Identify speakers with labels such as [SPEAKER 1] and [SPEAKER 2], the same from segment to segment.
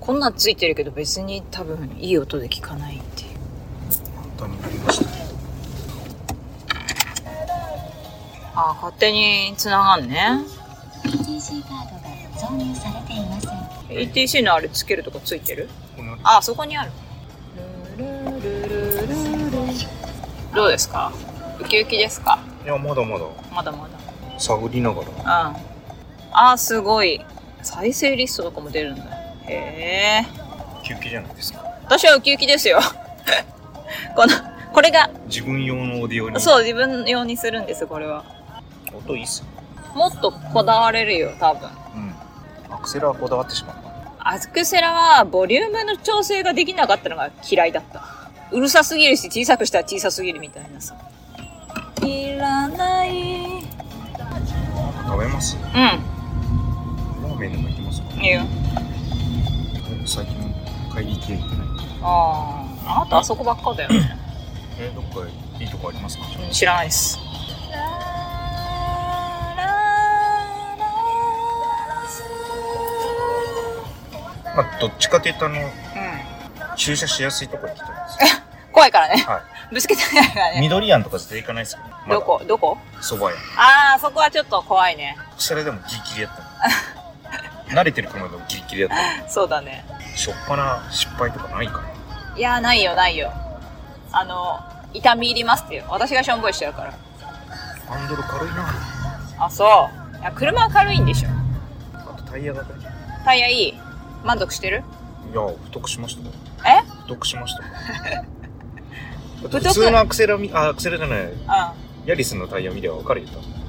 [SPEAKER 1] こんなんついてるけど別に多分いい音で聞かないっていう
[SPEAKER 2] 本当にありました
[SPEAKER 1] ああ勝手に繋がんね
[SPEAKER 3] ETC カードが挿入されていません
[SPEAKER 1] ETC のあれつけるとこついてる
[SPEAKER 2] この
[SPEAKER 1] ああそこにあるどうですかウキウキですか
[SPEAKER 2] いやまだまだ
[SPEAKER 1] まだまだ
[SPEAKER 2] 探りながら
[SPEAKER 1] うんああすごい再生リストとかも出るんだへえ
[SPEAKER 2] 休憩じゃないですか
[SPEAKER 1] 私はウキウキですよ このこれが
[SPEAKER 2] 自分用のオーディオに
[SPEAKER 1] そう自分用にするんですこれは
[SPEAKER 2] 音いいっすよ
[SPEAKER 1] もっとこだわれるよ多分
[SPEAKER 2] うんアクセラはこだわってしまった
[SPEAKER 1] アクセラはボリュームの調整ができなかったのが嫌いだったうるさすぎるし小さくしたら小さすぎるみたいなさいらないうん
[SPEAKER 2] 食べますラーメンでも行きますか
[SPEAKER 1] いいよ
[SPEAKER 2] 最近帰りきれてない
[SPEAKER 1] あああなたあそこばっかだよね
[SPEAKER 2] えどっかいいとこありますか
[SPEAKER 1] うん知らないです
[SPEAKER 2] まあどっちかというとあの
[SPEAKER 1] うん
[SPEAKER 2] 駐車しやすいとこ行きたいです
[SPEAKER 1] 怖いからね
[SPEAKER 2] は
[SPEAKER 1] ぶつけてないから
[SPEAKER 2] い
[SPEAKER 1] ね
[SPEAKER 2] 緑庵とか絶対行かないですよねまだ
[SPEAKER 1] どこどこ
[SPEAKER 2] そば屋
[SPEAKER 1] ああそこはちょっと怖いね
[SPEAKER 2] それでもギリギリやった の慣れてる車でもギリギリやったの
[SPEAKER 1] そうだね
[SPEAKER 2] しょっぱな失敗とかないかない
[SPEAKER 1] やーないよないよあの痛み入りますってよ私がしょんぼりしちゃうから
[SPEAKER 2] ハンドル軽いな
[SPEAKER 1] あそういや車は軽いんでしょ
[SPEAKER 2] あとタイヤが軽いい
[SPEAKER 1] タイヤいい満足してる
[SPEAKER 2] や太くしましたえ
[SPEAKER 1] え
[SPEAKER 2] 太くしました だって
[SPEAKER 1] 太く
[SPEAKER 2] 普通のアクセラみあアクセラじゃない
[SPEAKER 1] うんあ
[SPEAKER 2] ヤリスのタイヤ見れば分かるよ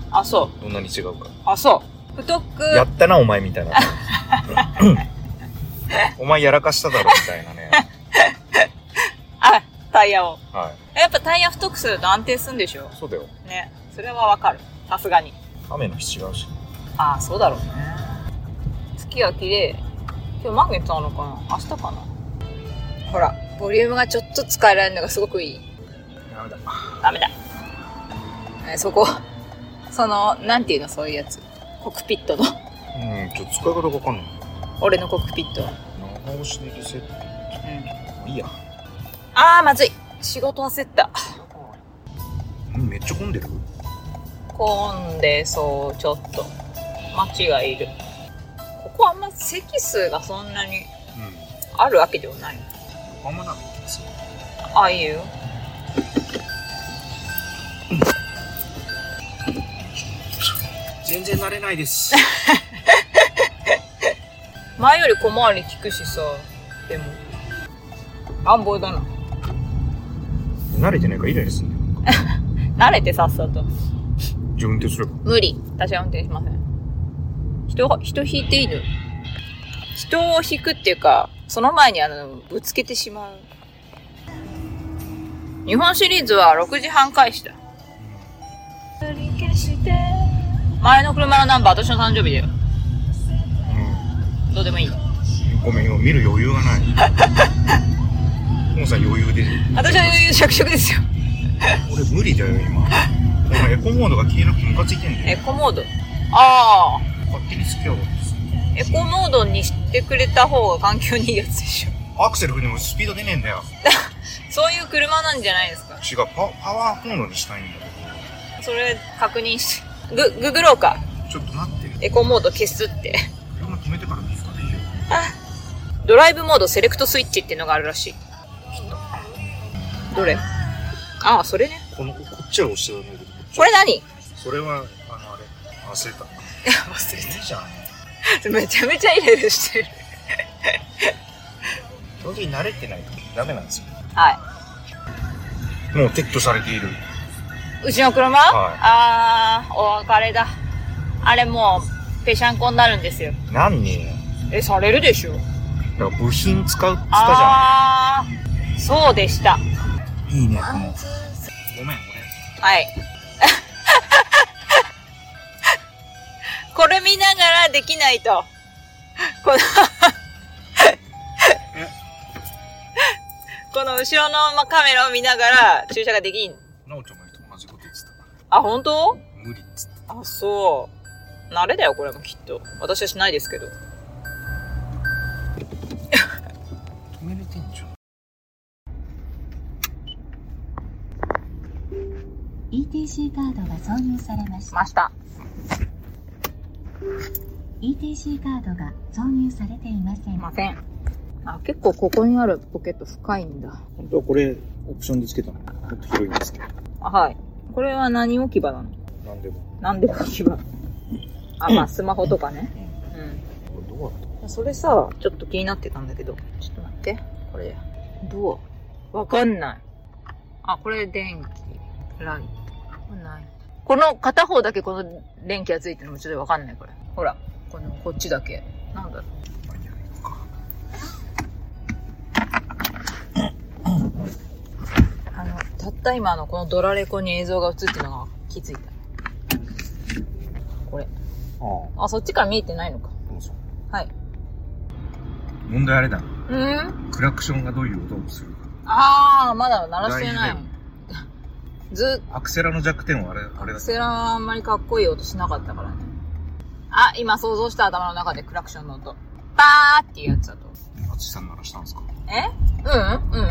[SPEAKER 2] 多分
[SPEAKER 1] そう
[SPEAKER 2] どんなに違うか
[SPEAKER 1] あそう太く
[SPEAKER 2] やったなお前みたい なお前やらかしただろみたいなね
[SPEAKER 1] あタイヤを
[SPEAKER 2] は
[SPEAKER 1] やっぱタイヤ太くすると安定するんでしょ
[SPEAKER 2] いそうだよ
[SPEAKER 1] ねそれはわかるさすがに
[SPEAKER 2] 雨の日違うし
[SPEAKER 1] ああそうだろうね月が綺麗今日満月なのかな明日かなほらボリュームがちょっと使えられるのがすごくいい
[SPEAKER 2] ダメだ
[SPEAKER 1] ダメだえそこ そのなんていうのそういうやつコクピットの
[SPEAKER 2] うんちょっと使い方が分かんない
[SPEAKER 1] 俺のコクピットは、
[SPEAKER 2] 長押しでリセット
[SPEAKER 1] うん、
[SPEAKER 2] まあいいや
[SPEAKER 1] あーまずい仕事焦った
[SPEAKER 2] うんめっちゃ混んでる
[SPEAKER 1] 混んでそうちょっと街がいるここあんま席数がそんなに
[SPEAKER 2] うん
[SPEAKER 1] あるわけではない
[SPEAKER 2] あんまなかったですよ
[SPEAKER 1] ああいう
[SPEAKER 2] 全然慣れないです
[SPEAKER 1] 前より小回り利くしさでも乱暴だな
[SPEAKER 2] 慣れてないからイライラすんだよ
[SPEAKER 1] 慣れてさっさと
[SPEAKER 2] 自分ですれば
[SPEAKER 1] 無理私は運転しません人が人引いていいの人を引くっていうかその前にあのぶつけてしまう日本シリーズは6時半開始だ前の車のナンバー私の誕生日だよどうでもいい
[SPEAKER 2] うんごめんよ見る余裕がないもうさ余裕で
[SPEAKER 1] 私は余裕着色ですよ
[SPEAKER 2] 俺無理だよ今このエコモードが消えなくてムカついてんだよ
[SPEAKER 1] エコモードああ
[SPEAKER 2] 勝手に付き合おうとする
[SPEAKER 1] エコモードにしてくれた方が環境にいいやつでしょ
[SPEAKER 2] アクセル踏んでもスピード出ねえんだよ
[SPEAKER 1] そういう車なんじゃないですか
[SPEAKER 2] 違うパパワーモードにしたいんだけ
[SPEAKER 1] それ確認してグググろうか
[SPEAKER 2] どちょっと待って
[SPEAKER 1] エコモード消すって
[SPEAKER 2] 車止めてから見つかでいいよ
[SPEAKER 1] ドライブモードセレクトスイッチっていうのがあるらしいどれああそれね
[SPEAKER 2] このこっちは押してたんだけどこっち
[SPEAKER 1] こ
[SPEAKER 2] は
[SPEAKER 1] れ何い
[SPEAKER 2] それはあのあれ忘れた
[SPEAKER 1] や忘れ
[SPEAKER 2] いいじゃん
[SPEAKER 1] た めちゃめちゃイライラしてる
[SPEAKER 2] 基本的に慣れてないとダメなんですよ
[SPEAKER 1] は
[SPEAKER 2] もう撤去されている
[SPEAKER 1] いうちの車、
[SPEAKER 2] はい
[SPEAKER 1] ああお別れだあれもうぺしゃんこになるんですよ
[SPEAKER 2] なんね
[SPEAKER 1] えされるでしょ
[SPEAKER 2] えだから部品使うっつったじゃ
[SPEAKER 1] ああそうでした
[SPEAKER 2] んいいねこのごめん
[SPEAKER 1] はい。これ見ながらできないと。この、この後ろのカメラを見ながら駐車ができん。
[SPEAKER 2] 俺なおちゃんが言うと同じこと言って
[SPEAKER 1] あ、本当
[SPEAKER 2] た無理っつって
[SPEAKER 1] あ、そう。慣れだよ、これもきっと。私はしないですけど。
[SPEAKER 3] カードが挿入されました
[SPEAKER 1] ました。
[SPEAKER 3] ETC カードが挿入されていませ
[SPEAKER 1] い
[SPEAKER 3] ん
[SPEAKER 1] ません。あ、結構ここにあるポケット深いんだ。
[SPEAKER 2] 本当はこれ、オプションでつけたの。もっと広いんですけど。
[SPEAKER 1] あ、はい。これは何置き場なの
[SPEAKER 2] なんでも。
[SPEAKER 1] なんで置き場あ、まあ、スマホとかね。うん。
[SPEAKER 2] これどうだっ
[SPEAKER 1] それさ、ちょっと気になってたんだけど。ちょっと待って。これ。どうわかんない。あ、これ電気。ライト。これない。この片方だけこの電気がついてるのもちょっとわかんない、これ。ほら。この、こっちだけ。なんだろう。
[SPEAKER 2] た間に合うのか。
[SPEAKER 1] あの、たった今のこのドラレコに映像が映ってるのが気づいた。これ。
[SPEAKER 2] あ
[SPEAKER 1] あ、そっちから見えてないのか。
[SPEAKER 2] あ、そうそう。
[SPEAKER 1] はい。
[SPEAKER 2] 問題あれだ。
[SPEAKER 1] うん
[SPEAKER 2] クラクションがどういう音をするか。
[SPEAKER 1] あー、まだ鳴らしてないもん。 ず
[SPEAKER 2] アクセラの弱点はあれ、
[SPEAKER 1] っと、
[SPEAKER 2] あ
[SPEAKER 1] ア
[SPEAKER 2] れだ。
[SPEAKER 1] クセラはあんまりかっこいい音しなかったからね。あ、今想像した頭の中でクラクションの音。パーっていうやつだと。
[SPEAKER 2] 淳さん鳴らしたんですか
[SPEAKER 1] えうんう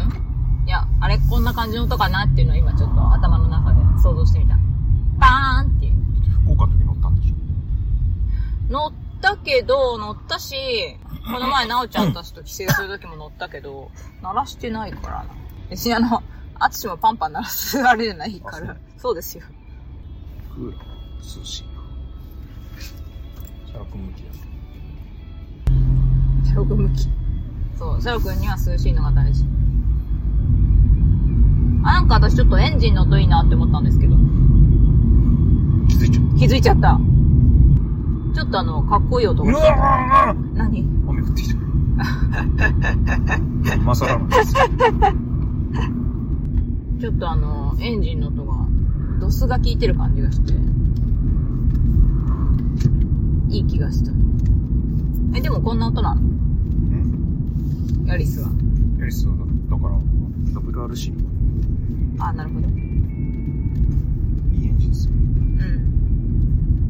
[SPEAKER 1] ん。いや、あれこんな感じの音かなっていうのを今ちょっと頭の中で想像してみた。パーンっていう。
[SPEAKER 2] 福岡の時乗ったんでしょ
[SPEAKER 1] 乗ったけど、乗ったし、この前、なおちゃんたちと帰省するときも乗ったけど、鳴らしてないからな。別にあの、あつしもパンパン鳴らすあれじゃないか
[SPEAKER 2] あそ
[SPEAKER 1] ら
[SPEAKER 2] う。
[SPEAKER 1] そうですよ。
[SPEAKER 2] クーラー涼しいなシャープ向きだ
[SPEAKER 1] シャロ君向き。そう、シャロ君には涼しいのが大事。あ、なんか私ちょっとエンジンの音いいなって思ったんですけど、
[SPEAKER 2] 気づいちゃっ
[SPEAKER 1] 気づいちゃった。ちょっとあの、かっこいい音
[SPEAKER 2] たう
[SPEAKER 1] が。
[SPEAKER 2] わー
[SPEAKER 1] 何
[SPEAKER 2] 雨降ってきた今更なんですよ
[SPEAKER 1] ちょっとあの、エンジンの音が、ドスが効いてる感じがして、いい気がした。え、でもこんな音なの
[SPEAKER 2] ん
[SPEAKER 1] ヤリスは。
[SPEAKER 2] エリスはだだから WRC の
[SPEAKER 1] あ、なるほど。う
[SPEAKER 2] いいエンジンですよ
[SPEAKER 1] ん。ん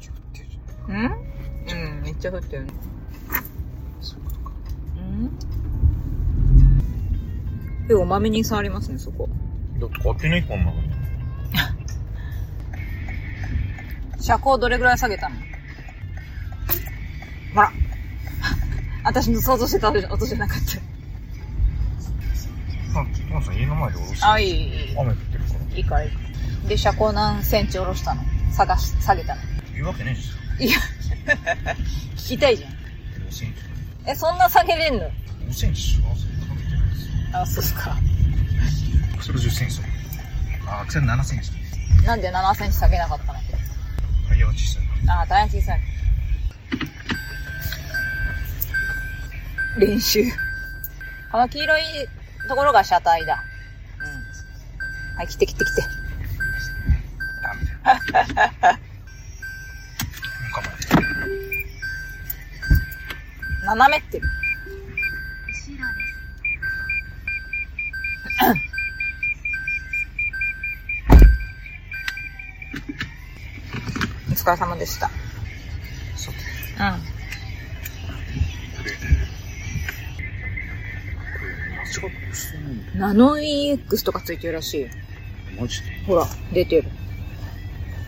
[SPEAKER 2] ちょっと待って
[SPEAKER 1] うん、めっちゃ降ってるね。
[SPEAKER 2] そういうことか
[SPEAKER 1] うん結構まめに触りますね、そこ。
[SPEAKER 2] だって勝手にこんなの
[SPEAKER 1] 車高どれぐらい下げたのほら。 私の想像してた音じゃなかっ
[SPEAKER 2] パンパンさん家の前で降ろして
[SPEAKER 1] た。あ、いい、いい。
[SPEAKER 2] 雨降ってるから
[SPEAKER 1] いいからいいから。で、車高何センチ下ろしたの探し、下げたの
[SPEAKER 2] 言うわけねえですよ
[SPEAKER 1] いや、聞きたいじゃん。
[SPEAKER 2] 5センチ
[SPEAKER 1] え、そんな下げれんの
[SPEAKER 2] 5センチはそんなかけてないですよ
[SPEAKER 1] あ、そうっすか。
[SPEAKER 2] アクセル10センチだあアクセル7センチ
[SPEAKER 1] なんで7センチ下げなかったの
[SPEAKER 2] タイヤは小さい
[SPEAKER 1] あ、大変小さい。練習。この黄色いところが車体だ。うん。はい、来て来て来て。
[SPEAKER 2] ダメだよ。捕まえて。
[SPEAKER 1] 斜めってる。
[SPEAKER 3] 後ろです
[SPEAKER 1] お疲れ様でした。
[SPEAKER 2] さて、
[SPEAKER 1] う
[SPEAKER 2] これ。これ、間違ってすん
[SPEAKER 1] ん。ナノ EX とかついてるらしい。
[SPEAKER 2] マジで
[SPEAKER 1] ほら、出てる。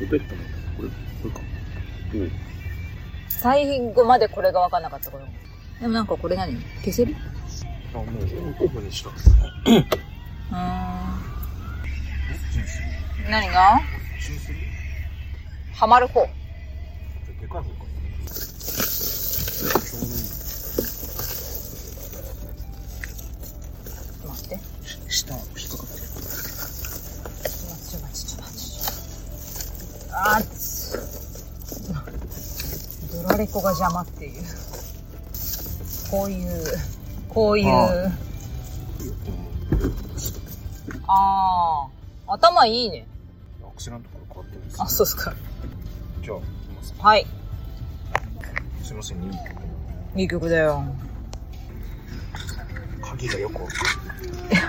[SPEAKER 2] ポケットの、これ、これか。おう
[SPEAKER 1] 最後までこれが分かんなかった、これも。でもなんかこれ何消せる
[SPEAKER 2] あ、もう、オフにした。どっ
[SPEAKER 1] うーん。
[SPEAKER 2] ちにする
[SPEAKER 1] 何が
[SPEAKER 2] こっちにする
[SPEAKER 1] ハマる方。
[SPEAKER 2] でかい方がいい。ちょうどいい
[SPEAKER 1] 待って。
[SPEAKER 2] 下、引っかかってる。
[SPEAKER 1] ちょっと待って、ちょっと待って、ちょっと待って。あーっドラレコが邪魔っていう。こういう、こういう。
[SPEAKER 2] あ
[SPEAKER 1] ああ。頭いいね。
[SPEAKER 2] アクセルのところ変わってるんです
[SPEAKER 1] あ、そうっすか。
[SPEAKER 2] じゃあ、行きます。
[SPEAKER 1] はい。
[SPEAKER 2] すいません、ね、
[SPEAKER 1] いい曲だよ。
[SPEAKER 2] 鍵がよくわかんない